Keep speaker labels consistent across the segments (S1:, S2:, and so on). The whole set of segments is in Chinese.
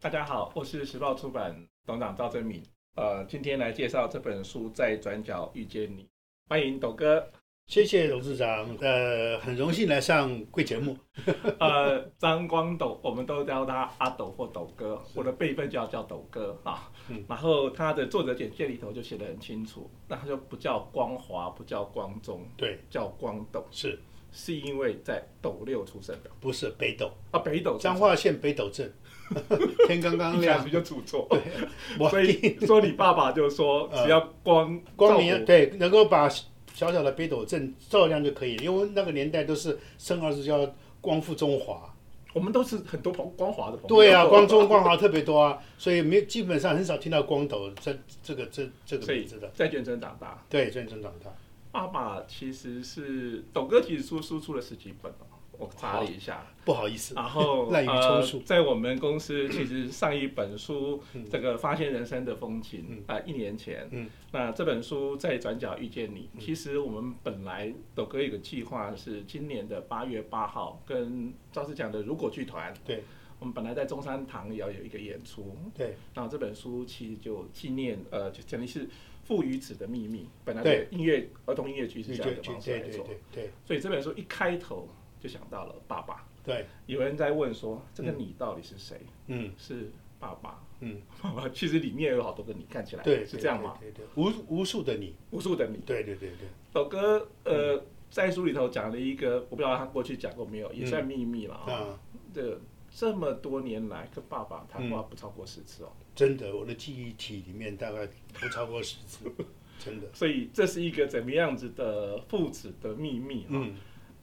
S1: 大家好，我是时报出版董事长赵正敏，呃，今天来介绍这本书《在转角遇见你》，欢迎董 哥。
S2: 谢谢董事长，呃，很荣幸来上贵节目。
S1: 呃，张光斗，我们都叫他阿斗或斗哥，我的辈分就要叫斗哥啊。
S2: 嗯
S1: 然后他的作者简介里头就写得很清楚，那他就不叫光华，不叫光宗，
S2: 对，
S1: 叫光斗，
S2: 是
S1: 是因为在斗六出生的
S2: 不是北斗？
S1: 啊，北斗出生
S2: 彰化县北斗镇，天刚刚
S1: 一开
S2: 亮
S1: 始。就主错，
S2: 我 嗯
S1: 所以说你爸爸就 说只要光
S2: 光
S1: 照
S2: 明
S1: 顾
S2: 对，能够把小小的北斗镇照亮就可以，因为那个年代都是生儿子叫光复中华。
S1: 我们都是很多朋光华的朋友，哦
S2: 对啊，光中光华特别多啊，所以没有基本上很少听到光斗这这个这这个
S1: 所以
S2: 名字的。
S1: 在卷城长大。
S2: 对，真正长大。
S1: 爸爸其实是董哥，其实书书出了十几本哦，我查了一下，
S2: 不好意思，
S1: 然后
S2: 滥竽充数
S1: 呃、在我们公司，其实上一本书这个发现人生的风景啊、一年前，
S2: 嗯
S1: 那这本书在转角遇见你。其实我们本来斗哥有个计划是今年的八月八号跟赵思讲的如果剧团，
S2: 对
S1: 我们本来在中山堂也要有一个演出，
S2: 对
S1: 然后这本书其实就纪念呃，就等于是父与子的秘密。本来
S2: 对
S1: 的音乐儿童音乐剧是
S2: 对
S1: 这
S2: 对
S1: 样的
S2: 对
S1: 方式来
S2: 对
S1: 做，
S2: 对对
S1: 所以这本书一开头就想到了爸爸。
S2: 对，
S1: 有人在问说，这个你到底是谁？
S2: 嗯
S1: 是爸爸。
S2: 嗯，
S1: 爸爸其实里面有好多个你，看起来
S2: 对，
S1: 是这样吗？
S2: 对？对对，无无数的你，
S1: 无数的你。
S2: 对嗯对对对。
S1: 老哥，呃，在书里头讲了一个，我不知道他过去讲过没有，也
S2: 嗯
S1: 算秘密了啊。
S2: 啊，
S1: 这这么多年来跟爸爸谈
S2: 嗯
S1: 话不超过十次哦，
S2: 真的，我的记忆体里面大概不超过十 次，真的。
S1: 所以这是一个怎么样子的父子的秘密哈。
S2: 嗯，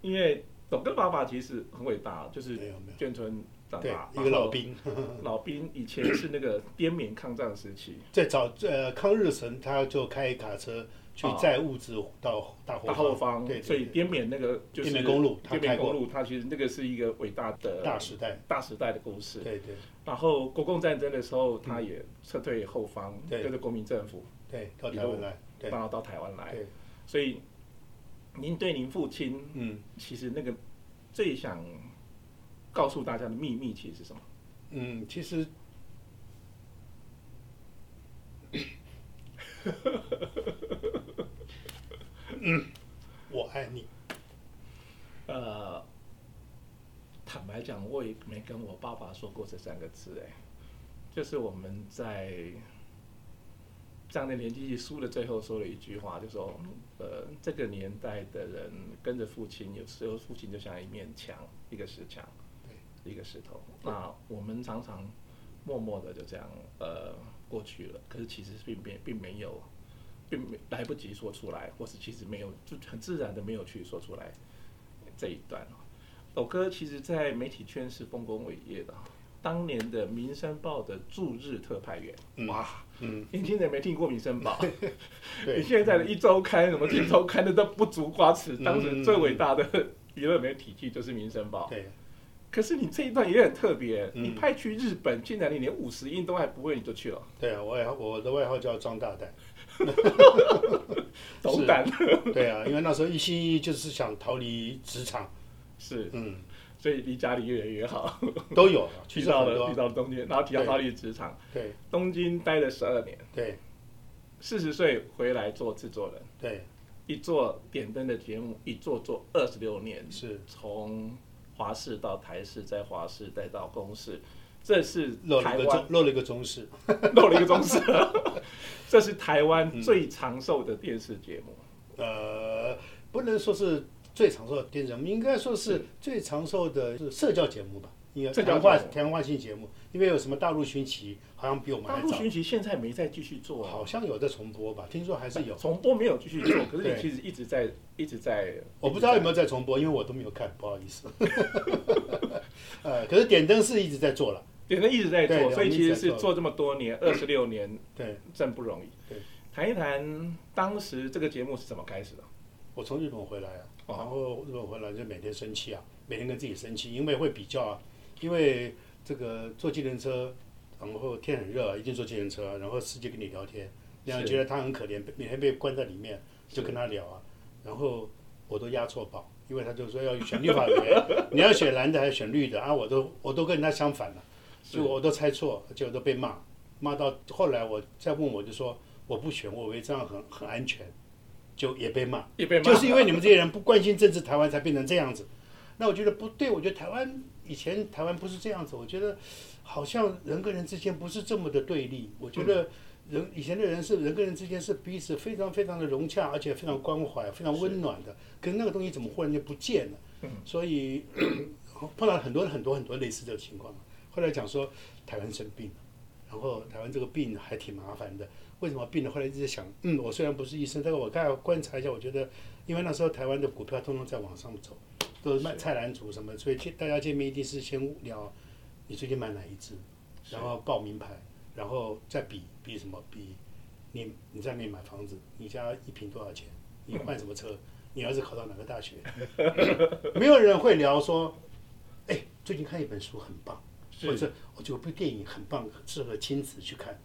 S1: 因为董哥爸爸其实很伟大，就是
S2: 没有没有
S1: 眷村长
S2: 对
S1: 大，，啊
S2: 一个老
S1: 兵。
S2: 兵，
S1: 老兵以前是那个滇缅抗战时期，
S2: 在早呃抗日神，他就开卡车去
S1: 啊
S2: 载物资到大后
S1: 大后方，
S2: 啊对，对
S1: 所以
S2: 对
S1: 滇缅那个就是
S2: 滇缅公路他
S1: 滇缅
S2: 开过
S1: 公路，它其实那个是一个伟大的
S2: 大时代，
S1: 大时代的故事。
S2: 对对
S1: 然后国共战争的时候，他也撤退后方，
S2: 对
S1: 跟着国民政府，
S2: 对，到台湾来，对
S1: 然后到台湾来。
S2: 对，
S1: 所以，您对您父亲，
S2: 嗯
S1: 其实那个最想告诉大家的秘密，其实是什么？
S2: 嗯，其 实。嗯，我爱你。
S1: 呃，坦白讲，我也没跟我爸爸说过这三个字，哎，就是我们在这样的年纪，书的最后说了一句话，就说，呃，这个年代的人跟着父亲，有时候父亲就像一面墙，一个石墙，一个石头。那我们常常默默的就这样，呃，过去了，可是其实并没并没有。并没来不及说出来，或是其实没有，就很自然的没有去说出来。这一段哦。抖哥其实，在媒体圈是丰功伟业的哦，当年的《民生报》的驻日特派员，
S2: 嗯
S1: 哇，
S2: 嗯，，
S1: 年轻人没听过《民生报》
S2: 对
S1: 你现在的一周刊、什么一周刊的都不足挂齿。
S2: 嗯
S1: 当时最伟大的娱乐媒体系就是《民生报》，
S2: 对，
S1: 可是你这一段也很特别，
S2: 嗯
S1: 你派去日本，竟然你连五十音都还不会，你就去了，
S2: 对啊，我外号我的外号叫张大胆。
S1: 斗胆
S2: 对啊，因为那时候一心一意就是想逃离职场，
S1: 是，
S2: 嗯，
S1: 所以离家里越远越好。
S2: 都有 啊，其
S1: 去
S2: 实
S1: 到
S2: 很
S1: 了，去
S2: 多，
S1: 到了东京，然后提到逃离职场，
S2: 对
S1: 东京待了十二年。
S2: 对
S1: 四十岁回来做制作人，
S2: 对，
S1: 一做点灯的节目，一做做二十六年，
S2: 是
S1: 从华视到台视，再华视再到公视，这是
S2: 漏了
S1: 台
S2: 一个
S1: 湾
S2: 中，漏了一个中式，
S1: 漏了一个中 视，这是台湾最长寿的电视节目。
S2: 呃，不能说是最长寿的电视节目，应该说是最长寿的是社交节目吧，应该
S1: 社交
S2: 谈话
S1: 节目
S2: 谈话性节目，因为有什么大陆寻奇，好像比我们
S1: 大
S2: 还
S1: 陆
S2: 早，
S1: 寻奇现在没再继续做
S2: 好
S1: 了，
S2: 像有在重播吧，听说还是有，
S1: 重播没有继续做，可是
S2: 对
S1: 你其实一直在一直在，
S2: 我不知道有没
S1: 有
S2: 有在重播，因为我都没有看，不好意思。 呃，可是点灯是一直在做了，
S1: 点灯一直在
S2: 对
S1: 做，
S2: 对
S1: 所以
S2: 我们
S1: 其
S2: 一
S1: 实
S2: 直在
S1: 是
S2: 做
S1: 做这么多年，二十六年
S2: 对
S1: 真不容易
S2: 对。
S1: 谈一谈当时这个节目是怎么开始的？
S2: 我从日本回来啊，
S1: 哦
S2: 然后日本回来就每天生气啊，每天跟自己生气，因为会比较啊，因为这个坐计程车，然后天很热啊，一定坐计程车啊，然后司机跟你聊天，
S1: 是
S2: 然后觉得他很可怜，每天被关在里面，
S1: 是
S2: 就跟他聊啊，然后我都押错宝，因 为他就说要选立法委员，你要选蓝的还是选绿的啊，我都我都跟他相反了、所以我都猜错，结果都被骂，骂到后来我再问我就说我不选，我以为这样很很安全，就也被骂，
S1: 也被骂
S2: 就是因为你们这些人不关心政治，台湾才变成这样子。那我觉得不对，我觉得台湾以前台湾不是这样子，我觉得好像人跟人之间不是这么的对立，我觉得人以前的人是人跟人之间是彼此非常非常的融洽，而且非常关怀、非常温暖的。可是那个东西怎么忽然就不见了？
S1: 嗯
S2: 所以 碰到很多很多很多类似的情况。后来讲说台湾生病了，然后台湾这个病还挺麻烦的。为什么病了？后来一直想，嗯，我虽然不是医生，但是我刚才观察一下，我觉得，因为那时候台湾的股票通通在往上走，都是卖
S1: 是
S2: 菜篮族什么，所以见大家见面一定是先聊你最近买哪一只，然后报名牌，然后再比比什么比你你在那里买房子，你家一平多少钱，你换什么车，你儿子考到哪个大学， 没有人会聊说，哎，最近看一本书很棒，
S1: 是
S2: 或者我觉得有部电影很棒，适合亲子去看，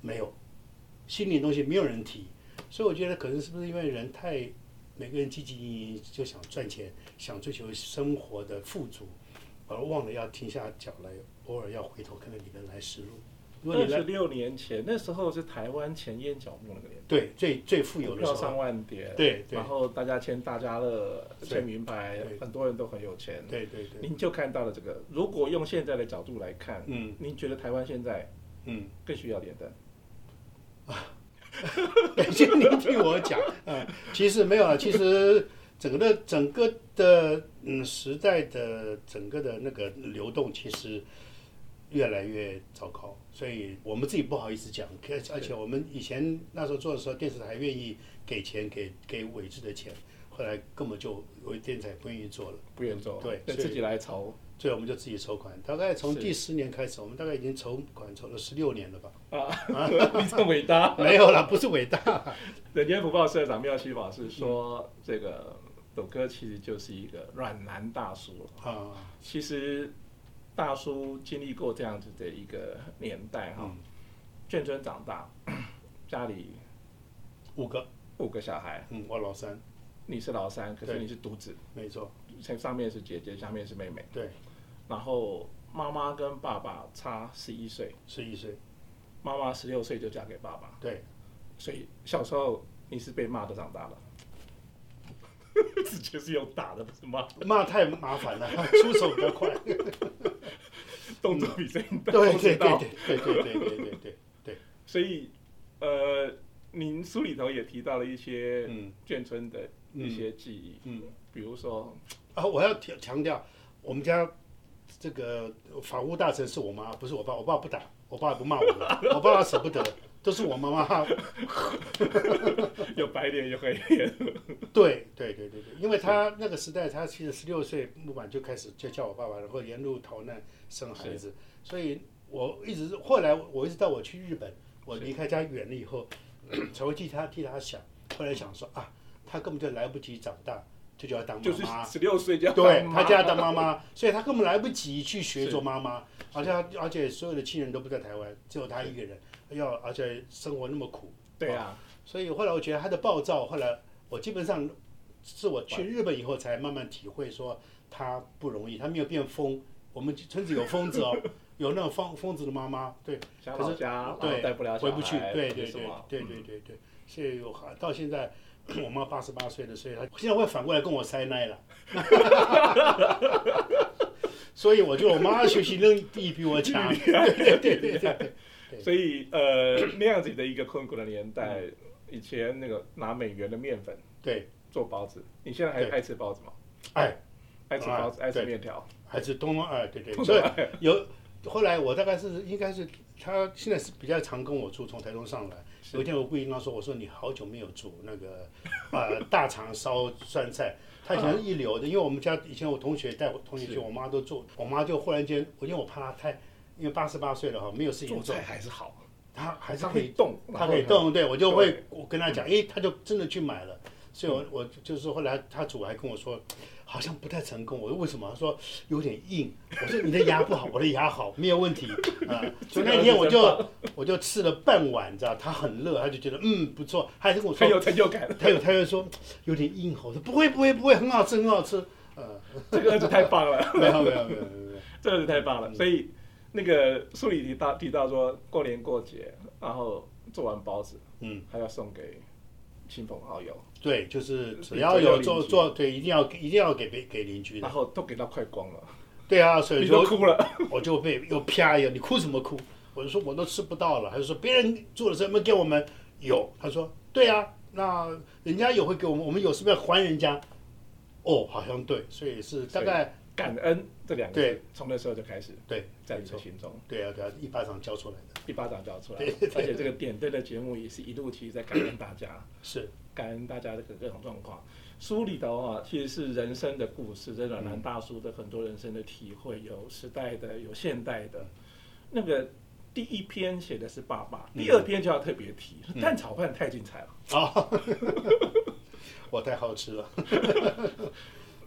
S2: 没有，心灵的东西没有人提，所以我觉得可能是不是因为人太。每个人积极营营就想赚钱，想追求生活的富足，而忘了要停下脚来，偶尔要回头看看你的来时路。如果
S1: 二
S2: 你来
S1: 十六年前，那时候是台湾前烟角木那个年代，
S2: 对最最富有
S1: 股
S2: 的时
S1: 票
S2: 候
S1: 上，万点，
S2: 对对
S1: 然后大家签大家乐，
S2: 对
S1: 签名牌
S2: 对，
S1: 很多人都很有钱，
S2: 对对对，
S1: 您就看到了这个。如果用现在的角度来看，
S2: 嗯
S1: 您觉得台湾现在
S2: 嗯，
S1: 更需要点灯？
S2: 感谢您听我讲。嗯，其实没有啊，其实整个的整个的嗯时代的整个的那个流动，其实越来越糟糕，所以我们自己不好意思讲。可而且我们以前那时候做的时候，电视台愿意给钱给给伪制的钱，后来根本就有一电视台不愿意做了。
S1: 不愿做，
S2: 对
S1: 得
S2: 所以
S1: 自己来 筹
S2: 所以我们就自己筹款，大概从
S1: 是
S2: 第十年开始，我们大概已经筹款筹了十六年了吧？
S1: 啊！你这么伟大，
S2: 没有啦，不是伟大，
S1: 人间福报社长妙西法师说，这个抖哥其实就是一个软男大叔了。
S2: 啊，
S1: 其实大叔经历过这样子的一个年代哈，
S2: 嗯，
S1: 眷村长大， 家里
S2: 五个，
S1: 五个小孩，
S2: 嗯，我老三，
S1: 你是老三，可是
S2: 对
S1: 你是独子，
S2: 没错，
S1: 上上面是姐姐，下面是妹妹，
S2: 对，
S1: 然后妈妈跟爸爸差十一岁，
S2: 十一岁，
S1: 妈妈十六岁就嫁给爸爸，
S2: 对，
S1: 所以小时候你是被骂的长大的。 直接是用打的，不是骂，
S2: 骂太麻烦了， 出手比较快，对
S1: 动作比谁大，
S2: 对
S1: 都
S2: 对对
S1: 知道
S2: 对对对对对对对，
S1: 所以，呃，您书里头也提到了一些
S2: 嗯
S1: 眷村的一些记忆，
S2: 嗯，
S1: 比如说，
S2: 啊，我要强强调，我们家这个法务大臣是我妈，不是我爸，我爸不打，我爸不骂我的，我爸爸舍不得，都是我妈妈
S1: 有白脸有黑脸，
S2: 对对对对对，因为他那个时代，他其实十六岁木板就开始就叫我爸爸，然后沿路逃难生孩子，所以我一直后来我一直到我去日本，我
S1: 是
S2: 离开家远了以后， 才会替他替他想，后来想说啊，他根本就来不及长大，就就要当妈妈，
S1: 就是十六岁就要
S2: 对
S1: 当妈
S2: 他就要当妈妈，所以他根本来不及去学
S1: 是
S2: 做妈妈，而且他而且所有的亲人都不在台湾，只有他一个人，要而且生活那么苦，
S1: 对啊，
S2: 所以后来我觉得他的暴躁，后来我基本上是我去日本以后才慢慢体会说他不容易，他没有变疯。我们村子有疯子哦，有那种疯疯子的妈妈，对，
S1: 想
S2: 哦可是
S1: 老家然后
S2: 对，
S1: 带不了小
S2: 回
S1: 孩，
S2: 不去，
S1: 或
S2: 对
S1: 者
S2: 对对
S1: 什么
S2: 对对对对，所以我好到现在我妈八十八岁了，所以她现在会反过来跟我塞奶了，所以我觉得我妈学习能力比我强， 对对对对对，对
S1: 所以呃那样子的一个困苦的年代，以前那个拿美元的面粉
S2: 对，
S1: 做包子，你现在还
S2: 对
S1: 爱吃包子吗？
S2: 哎，
S1: 爱吃包子，
S2: 哎
S1: 爱吃
S2: 对
S1: 面条，
S2: 还是东方哎，对对，所以有后来我大概是应该是他现在是比较常跟我住，从台中上来。
S1: 是
S2: 有一天我故意跟他说，我说你好久没有煮那个呃大肠烧酸菜，他以前是一流的，因为我们家以前我同学带我同学去，
S1: 是
S2: 我妈都做，我妈就忽然间，我因为我怕她太。因为八十八岁了哈，没有事情
S1: 做
S2: 做
S1: 菜，还是好，
S2: 她还是
S1: 它
S2: 可
S1: 会
S2: 以，
S1: 动，
S2: 她可以
S1: 然后
S2: 动，对嗯我就
S1: 对
S2: 会我跟她讲，诶，她就真的去买了，所以我我就是后来她煮还跟我说，好像不太成功，我说为什么？她说有点硬，我说你的牙不好，我的牙好，没有问题啊。所以那天我就我就吃了半碗，你知道，他很热，他就觉得嗯不错，他还是跟我
S1: 很有
S2: 说，
S1: 成就感。
S2: 他有他又说有点硬吼，我说不会不会不会，很好吃很好吃，呃，
S1: 这个儿子太棒了。
S2: 没有没有没有没有没有，嗯
S1: 这个是太棒了。所以那个书里提到提到说，过年过节，然后做完包子，
S2: 嗯，
S1: 还要送给亲朋好友，
S2: 对，就是只
S1: 对
S2: 要
S1: 要
S2: 有
S1: 邻
S2: 做
S1: 居
S2: 做，对，一定要一定要给别给邻居
S1: 然
S2: 的。
S1: 后都给到快光了，
S2: 对啊，所以
S1: 你
S2: 说
S1: 都哭了，
S2: 我就被又啪一下，你哭什么哭？我就说我都吃不到了。他就说别人做了什么给我们有，他说对啊，那人家有会给我们，我们有是不是要还人家？哦，好像对，所以是大概
S1: 感恩这两个
S2: 对
S1: 字，从那时候就开始，
S2: 对，
S1: 在你的心中
S2: 对啊，对啊，一巴掌教出来的，
S1: 一 巴掌就要出来
S2: 对
S1: 了，而且这个点对的节目也是一路其实在感恩大家。
S2: 是
S1: 感恩大家的各种状况。书里头啊，其实是人生的故事，这暖男大叔的很多人生的体会，有时代的，有现代的。那个第一篇写的是爸爸，
S2: 嗯
S1: 第二篇就要特别提
S2: 嗯
S1: 蛋炒饭太精彩了。
S2: 啊，我太好吃了，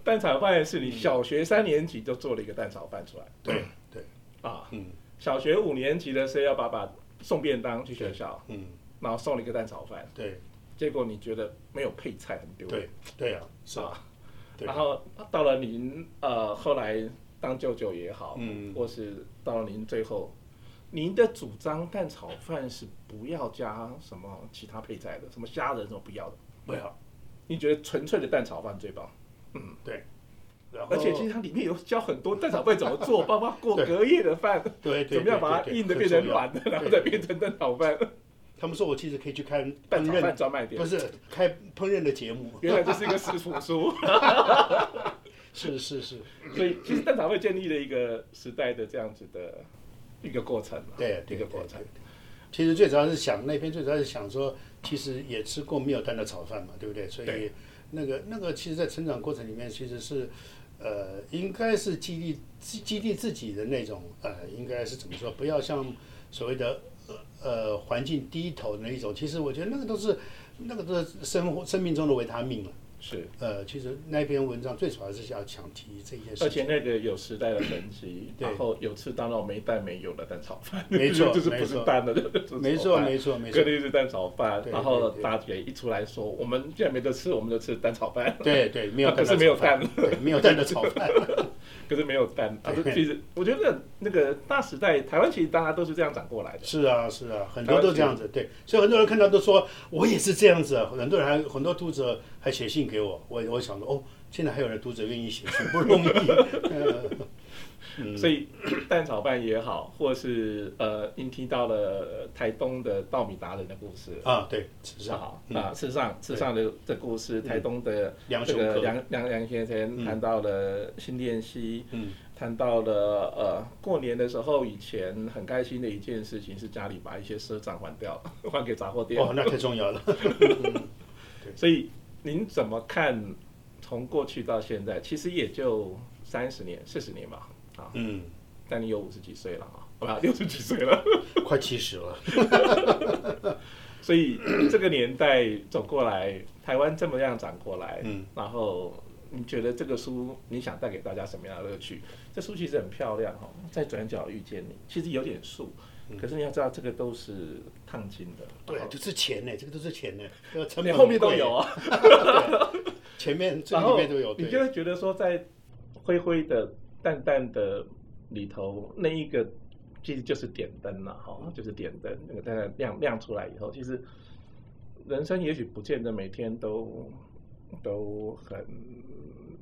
S1: 蛋炒饭是你小学三年级就做了一个蛋炒饭出来，
S2: 嗯对对，
S1: 啊，
S2: 嗯
S1: 小学五年级的时候要爸爸送便当去学校，
S2: 嗯，
S1: 然后送了一个蛋炒饭，
S2: 对
S1: 结果你觉得没有配菜很丢脸。
S2: 对对啊，是啊，
S1: 啊
S2: 对
S1: 然后到了您呃后来当舅舅也好，
S2: 嗯
S1: 或是到了您最后，您的主张蛋炒饭是不要加什么其他配菜的，什么虾仁什么不要的，
S2: 不要，
S1: 你觉得纯粹的蛋炒饭最棒？
S2: 对，然后
S1: 而且其实它里面有教很多蛋炒饭怎么 做，包括过隔夜的饭，
S2: 对对
S1: 怎么样把它
S2: 对对
S1: 硬的
S2: 很
S1: 变
S2: 重
S1: 成
S2: 要
S1: 软的，然后
S2: 对
S1: 再变成蛋炒饭，
S2: 他们说我其实可以去看
S1: 蛋
S2: 烹
S1: 炒饭
S2: 饪，
S1: 专卖店
S2: 不。是开烹饪的节目，
S1: 原来这是一个食谱书，
S2: 是是是，
S1: 所以其实蛋炒饭建立了一个时代的这样子的一个过程啊，
S2: 对
S1: 一
S2: 对
S1: 个
S2: 对
S1: 过
S2: 对
S1: 程。。
S2: 其实最主要是想那篇，最主要是想说，其实也吃过没有蛋的炒饭嘛，对不对？所以
S1: 对
S2: 那个那个，其实，在成长过程里面，其实是呃，应该是激励激激励自己的那种呃，应该是怎么说？不要像所谓的呃呃环境低头的那一种。其实我觉得那个都是 那个都是生活生命中的维他命了。
S1: 是，
S2: 呃，其实那篇文章最主要是想想提这件事情。
S1: 而且那个有时代的痕迹，
S2: 对
S1: 然后有次当到没蛋没有的蛋炒饭，
S2: 没 错
S1: 就是
S2: 没
S1: 不
S2: 错
S1: 是蛋了，就是
S2: 没
S1: 炒
S2: 错，
S1: 饭
S2: 没错，没 错
S1: 隔。天是蛋炒饭，
S2: 对
S1: 然
S2: 对
S1: 后
S2: 对
S1: 大姐一出来说，我们现在没得吃，我们就吃蛋炒饭，
S2: 对对，没有
S1: 啊可
S2: 蛋的
S1: 是没有
S2: 炒饭，对没有蛋的炒饭。
S1: 可是没有蛋。啊，
S2: 对
S1: 这其实我觉得那个大时代，台湾其实大家都是这样长过来的，
S2: 是啊，是啊，很多都这样子，对，所以很多人看到都说我也是这样子啊，很多人还很多读者还写信给我，我我想说哦，现在还有人读者愿意写信，不容易。 呃嗯
S1: 所以 蛋炒饭也好，或是呃，您提到了呃台东的稻米达人的故事。
S2: 啊，对，是啊，嗯
S1: 好啊，事实上，事实上的的故事，台东的
S2: 梁
S1: 这
S2: 雄
S1: 个
S2: 科，
S1: 梁梁梁先生
S2: 嗯
S1: 谈到了新店溪，
S2: 嗯，
S1: 谈到了呃过年的时候，以前很开心的一件事情是家里把一些赊账还掉， 还给杂货店。
S2: 哦，那太重要了。
S1: 所以您怎么看？从过去到现在，其实也就三十年、四十年吧。啊，
S2: 嗯，
S1: 但你有五十几岁了啊，好吧，六十几岁了。
S2: 快七十了。
S1: 所以这个年代走过来，台湾这么样长过来，
S2: 嗯，
S1: 然后你觉得这个书你想带给大家什么样的乐趣？这书其实很漂亮哦，在转角遇见你，其实有点素，可是你要知道这个都是烫金的，哦
S2: 对啊
S1: 然，后
S2: 就是钱呢，这个都是钱呢，要成
S1: 你
S2: 本
S1: 后面都
S2: 很贵
S1: 有，啊，
S2: 对前面这
S1: 然
S2: 里
S1: 后
S2: 面都有，
S1: 你
S2: 对
S1: 就会觉得说在灰灰的、淡淡的里头那一个。其实就是点灯了，哈、
S2: 嗯
S1: 就是点灯，那个在那亮亮出来以后，其实人生也许不见得每天都都很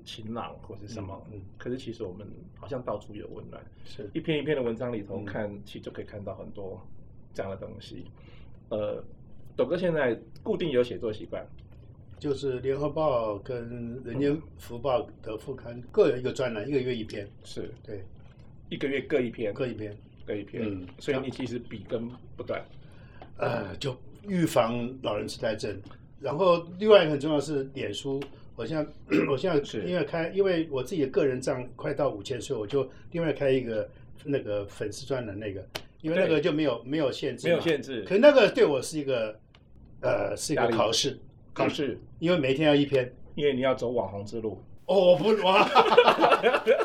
S1: 晴朗或是什么，
S2: 嗯嗯
S1: 可是其实我们好像到处有温暖。
S2: 是
S1: 一篇一篇的文章里头
S2: 嗯
S1: 看，其实就可以看到很多这样的东西。呃，斗哥现在固定有写作习惯，
S2: 就是《联合报》跟《人间福报》的副刊各有一个专栏，一个月一篇，
S1: 是
S2: 对，
S1: 一个月各一篇，
S2: 各一篇。
S1: 各一篇，
S2: 嗯
S1: 所以你其实笔耕不断。嗯
S2: 呃，就预防老人痴呆症。然后另外一个很重要的是脸书，我现在 我现在
S1: 是
S2: 因为开，因为我自己的个人账快到五千岁，我就另外开一个那个粉丝专栏那个，因为那个就没有没有限制，
S1: 没有，限制
S2: 可，是那个对我是一个呃是一
S1: 压
S2: 个
S1: 力
S2: 考试，
S1: 考试，
S2: 因为每天要一篇。
S1: 因为你要走网红之路。
S2: 哦，我不哇，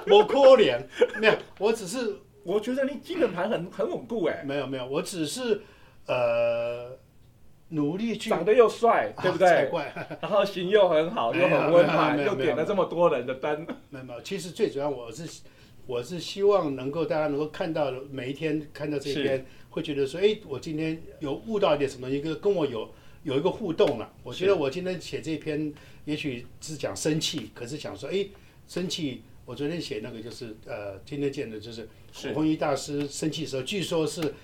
S2: 我可怜，没有，我只是
S1: 我觉得你基本盘很很稳固哎、
S2: 没有没有，我只是呃努力去
S1: 长得又帅，对不
S2: 啊才
S1: 对？
S2: 怪。
S1: 然后型又很好，
S2: 没
S1: 又
S2: 有
S1: 很温
S2: 没有
S1: 暖，
S2: 没有
S1: 又点了这么多人的灯，
S2: 没有，没有，其实最主要我是我是希望能够大家能够看到每一天看到这一篇，会觉得说，哎，我今天有悟到一点什么东西，跟跟我有有一个互动了。我觉得我今天写这篇，也许是讲生气，可是想说，哎，生气。我昨天写那个就是呃，今天见的就是
S1: 是
S2: 弘一大师生气的时候，据说是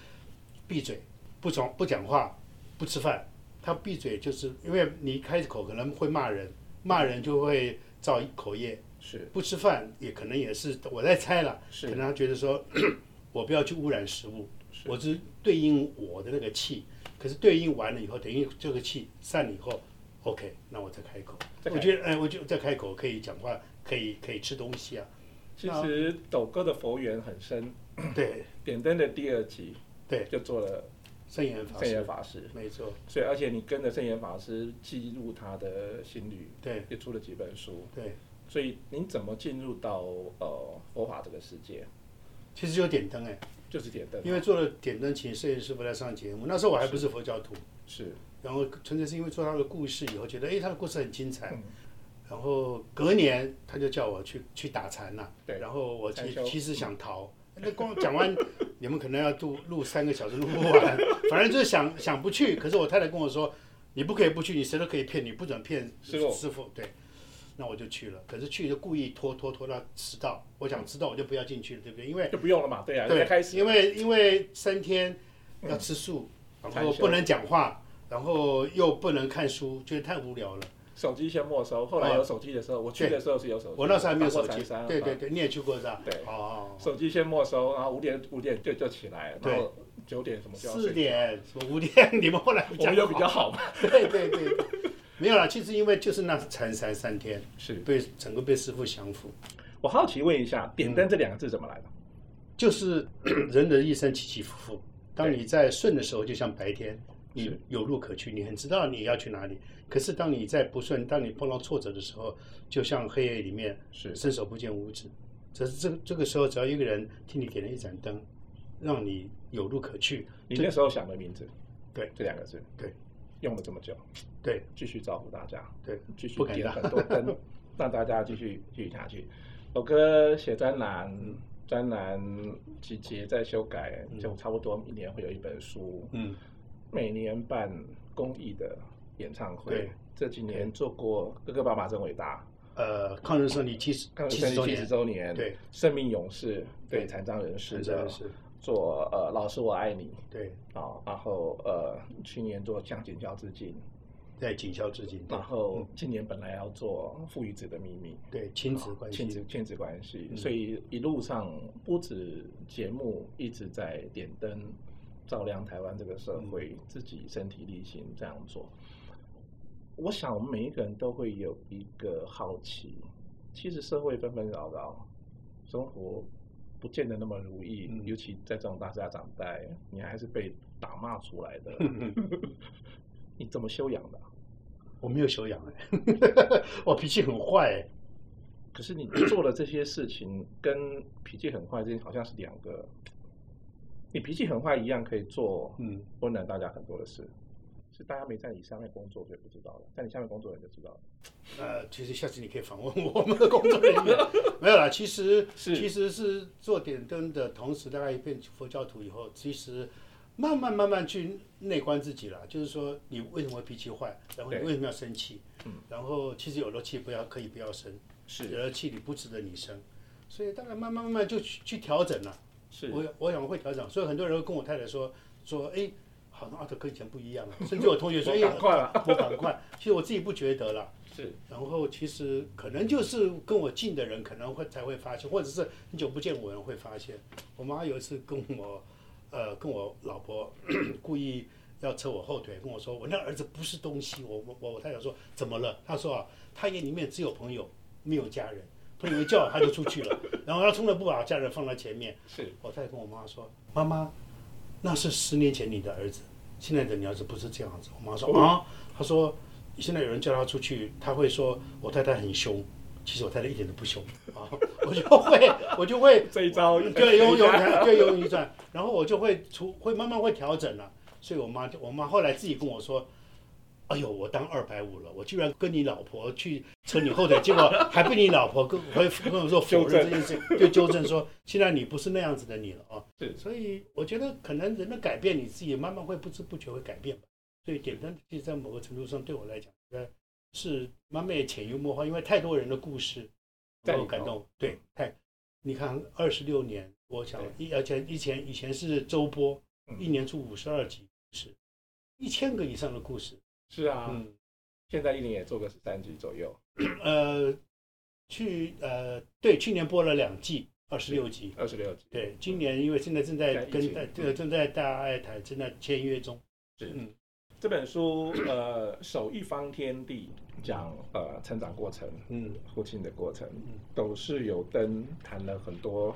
S2: 闭嘴，不从不讲话，不吃饭。他闭嘴就是因为你一开口可能会骂人，骂人就会造口业，
S1: 是
S2: 不吃饭也可能也是我在猜了，可
S1: 是
S2: 能他觉得说 我不要去污染食物，
S1: 是
S2: 我只对应我的那个气，可是对应完了以后，等于这个气散了以后，OK，那我再开口。
S1: 再开
S2: 我觉得，哎、我就再开口可以讲话，可以可以吃东西啊，
S1: 其实斗哥的佛缘很深，
S2: 对，
S1: 点灯的第二集，
S2: 对，
S1: 就做了
S2: 圣严法
S1: 圣
S2: 师，
S1: 严法师，
S2: 没错，
S1: 所以而且你跟着圣严法师记录他的心旅，
S2: 对
S1: 也出了几本书，
S2: 对，
S1: 所以您怎么进入到呃佛法这个世界，
S2: 其实有点灯哎、
S1: 就是点灯，
S2: 因为做了点灯，请摄影师傅来上节目，那时候我还不是佛教徒。
S1: 是
S2: 然后纯粹是因为做他的故事以后，觉得哎，他的故事很精彩。
S1: 嗯
S2: 然后隔年他就叫我去去打禅了、
S1: 啊对
S2: 然后我其
S1: 禅修嗯
S2: 其实想逃，那光讲完，你们可能要录录三个小时录不完。反正就是想想不去，可是我太太跟我说，你不可以不去，你谁都可以骗，你不准骗
S1: 师傅
S2: 师傅对。那我就去了，可是去就故意拖拖拖到迟到。
S1: 嗯
S2: 我想迟到我就不要进去了，对不对？因为
S1: 就不用了嘛，对啊，
S2: 对，
S1: 人家开始
S2: 因为因为三天要吃
S1: 嗯
S2: 素，然后
S1: 禅修
S2: 不能讲话，然后又不能看书，觉得太无聊了。
S1: 手机先没收，后来有手机的时候，我去的时候是有手机，
S2: 哦我那时候还没有手
S1: 翻
S2: 机
S1: 过山，
S2: 对对
S1: 啊
S2: 对，你也去过是吧？
S1: 对
S2: 哦，
S1: 手机先没收，然后五点五点就就起来，
S2: 对
S1: 然后九点什么就要
S2: 四
S1: 睡，
S2: 点什么五点，你们后来比
S1: 我
S2: 较
S1: 们又比较好嘛，
S2: 对对对，对没有啦，其实因为就是那禅三三天，
S1: 是
S2: 被整个被师傅降服，
S1: 我好奇问一下，点灯这两个字怎么来的？
S2: 嗯就是 人的一生起起伏伏。当你在顺的时候，就像白天，你
S1: 是
S2: 有路可去，你很知道你要去哪里。可是当你在不顺，当你碰到挫折的时候，就像黑夜里面
S1: 是
S2: 伸手不见五指。这是这这个时候，只要一个人替你点了一盏灯，让你有路可去，
S1: 你那时候想的名字，
S2: 对，
S1: 这两个字，
S2: 对，
S1: 用了这么久，
S2: 对
S1: 继续造福大家，
S2: 对，
S1: 继续
S2: 不敢
S1: 点
S2: 当
S1: 很多 灯，让大家继续继续下去。我哥写专栏，专栏几节在修改，就差不多一年会有一本书，
S2: 嗯，
S1: 每年办公益的演唱会
S2: 对。
S1: 这几年做过《哥哥爸爸真伟大
S2: 呃，抗日胜利七十》
S1: 抗日
S2: 七
S1: 胜
S2: 十周
S1: 利七十
S2: 年，
S1: 周年，
S2: 对，
S1: 生命勇士，对，
S2: 对
S1: 残障人士
S2: 真
S1: 的
S2: 的是
S1: 做呃，老师我爱你，
S2: 对，
S1: 啊，然后呃，去年做向警校致敬，
S2: 在警校致敬，
S1: 然后今年本来要做父与子的秘密，
S2: 对亲子关
S1: 亲
S2: 系，
S1: 子 亲子关系，
S2: 嗯
S1: 所以一路上不止节目一直在点灯，照亮台湾这个社会，自己身体力行这样做。我想我们每一个人都会有一个好奇，其实社会纷纷扰扰，生活不见得那么如意，
S2: 嗯
S1: 尤其在这种大家长代，你还是被打骂出来 的，你怎么修养的啊？
S2: 我没有修养哎， 我脾气很坏哎。
S1: 可是你做的这些事情 跟脾气很坏这好像是两个，你脾气很坏一样可以做
S2: 嗯，
S1: 温暖大家很多的事，是大家没在你下面工作就不知道了，在你下面工作的人就知道了。
S2: 呃，其实下次你可以访问我们的工作人 员。没有啦，其实
S1: 是
S2: 其实是做点灯的同时，大概变佛教徒以后，其实慢慢慢慢去内观自己了，就是说你为什么脾气坏，然后你
S1: 对
S2: 为什么要生气
S1: 嗯，
S2: 然后其实有的气不要可以不要生，有
S1: 是
S2: 的气你不值得你生，所以大概慢慢慢慢就去去调整了。
S1: 是
S2: 我我想我会调整，所以很多人会跟我太太说说，哎，好像阿德跟以前不一样了， 甚至我同学说，哎，
S1: 赶快了，
S2: 我赶快，其实我自己不觉得啦。
S1: 是
S2: 然后其实可能就是跟我近的人可能会才会发现，或者是很久不见我的人会发现。我妈有一次跟我，呃，跟我老婆 故意要扯我后腿，跟我说我那儿子不是东西。我我我我太太说怎么了？她说啊，她眼里面只有朋友，没有家人。朋友一叫她就出去了， 然后她从来不把家人放在前面。
S1: 是
S2: 我太太跟我妈说，妈妈，那是十年前你的儿子，现在的你儿子不是这样子。我妈说啊，她说现在有人叫他出去，他会说我太太很凶，其实我太太一点都不凶啊， 我就会我就会
S1: 这一 招
S2: 对，游泳对游泳一转，然后我就会出会慢慢会调整了、所以我妈就我妈后来自己跟我说，哎呦，我当二百五了，我居然跟你老婆去扯你后腿，结果还被你老婆跟跟跟我说否认这件事，就纠正说现在你不是那样子的你了啊。
S1: 是
S2: 所以我觉得可能人的改变，你自己慢慢会不知不觉会改变吧。所以点灯其实在某个程度上对我来讲，呃，是慢慢也潜移默化，因为太多人的故事
S1: 在
S2: 让
S1: 里
S2: 我感
S1: 头
S2: 动。对，太，你看二十六年，我想一而且以前以前是周播，
S1: 嗯
S2: 一年出五十二集故事，一千个以上的故事，
S1: 是啊，
S2: 嗯。
S1: 现在一年也做个十三集左右，
S2: 呃，去呃，对，去年播了两季，二十六集。
S1: 二十六集。
S2: 对，今年因为现在正
S1: 在
S2: 在
S1: 疫
S2: 跟
S1: 情
S2: 大
S1: 嗯
S2: 对正在大爱台正在签约中。
S1: 这本书呃，手一方天地讲呃成长过程，
S2: 嗯
S1: 父亲的过程
S2: 嗯，
S1: 董事有灯谈了很多，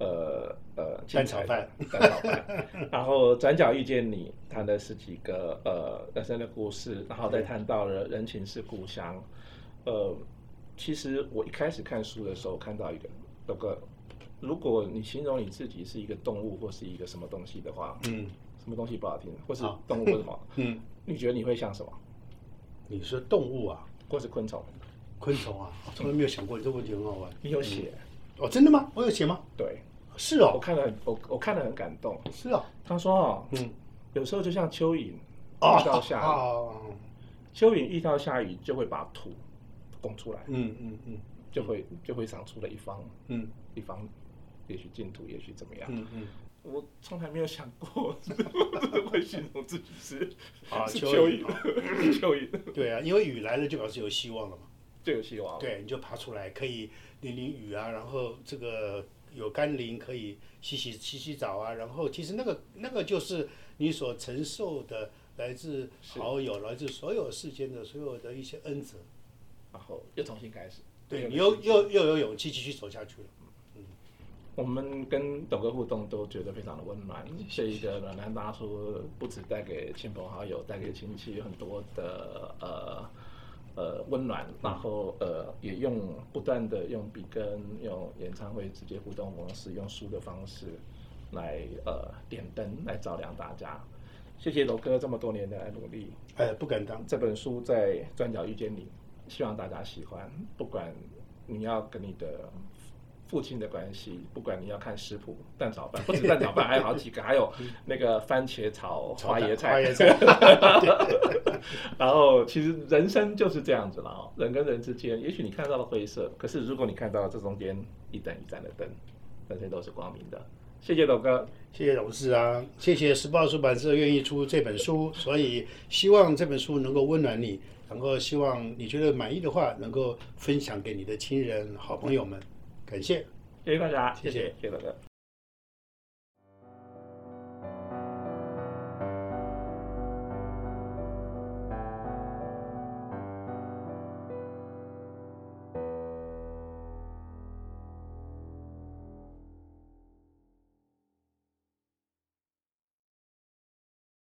S1: 呃呃，
S2: 蛋炒饭
S1: 精彩的 蛋炒饭，然后转角遇见你谈了十几个呃人生的故事，然后再谈到了人情是故乡，呃，其实我一开始看书的时候看到一个有个，如果你形容你自己是一个动物或是一个什么东西的话，
S2: 嗯
S1: 什么东西不好听，或是
S2: 好
S1: 动物或什么，
S2: 嗯，
S1: 你觉得你会像什么？
S2: 你说动物啊，
S1: 或是昆虫？
S2: 昆虫啊，我从来没有想过这个问题很好玩。
S1: 你有写？
S2: 哦，真的吗？我有写吗？
S1: 对，
S2: 是
S1: 我
S2: 哦，
S1: 看了很我我看了很感动。
S2: 是哦，
S1: 他说哦，
S2: 嗯，
S1: 有时候就像蚯蚓
S2: 哦
S1: 遇到 下雨，
S2: 哦，
S1: 蚯蚓遇到下雨就会把土拱出来，
S2: 嗯嗯嗯
S1: 就会就会长出了一方
S2: 嗯
S1: 一方，也许净土，也许怎么样。
S2: 嗯嗯，
S1: 我从来没有想过 会形容自己是
S2: 啊，
S1: 是
S2: 蚯
S1: 蚯蚓
S2: 蚓，，
S1: 蚯蚓
S2: 对啊，因为雨来了就表示有希望了嘛。
S1: 就有希望。
S2: 对，你就爬出来，可以淋淋雨啊，然后这个有甘霖，可以洗洗洗洗澡啊，然后其实那个那个就是你所承受的来自
S1: 是
S2: 好友、来自所有世间的所有的一些恩泽，
S1: 然后又重新开始。
S2: 对你
S1: 又有
S2: 又又又有勇气继续走下去了。
S1: 我们跟董哥互动都觉得非常的温暖，这一个暖男大叔不止带给亲朋好友，带给亲戚有很多的呃呃温暖，然后呃也用不断的用笔跟用演唱会直接互动模式，用书的方式来呃点灯来照亮大家。谢谢董哥这么多年的努力，
S2: 哎，不敢当，
S1: 这本书在《转角遇见你》，希望大家喜欢。不管你要跟你的父亲的关系，不管你要看食谱蛋炒饭，不止蛋炒饭，还有好几个，还有那个番茄炒
S2: 炒
S1: 花椰
S2: 蛋
S1: 菜。
S2: 花椰菜，
S1: 然后其实人生就是这样子了哦，人跟人之间，也许你看到了灰色，可是如果你看到了这中间一盏一盏的灯，人生都是光明的。谢谢董哥，
S2: 谢谢董事啊，谢谢时报出版社愿意出这本书，所以希望这本书能够温暖你，然后希望你觉得满意的话，能够分享给你的亲人、好朋友们，感谢。
S1: 谢谢大家，
S2: 谢谢
S1: 谢谢董哥。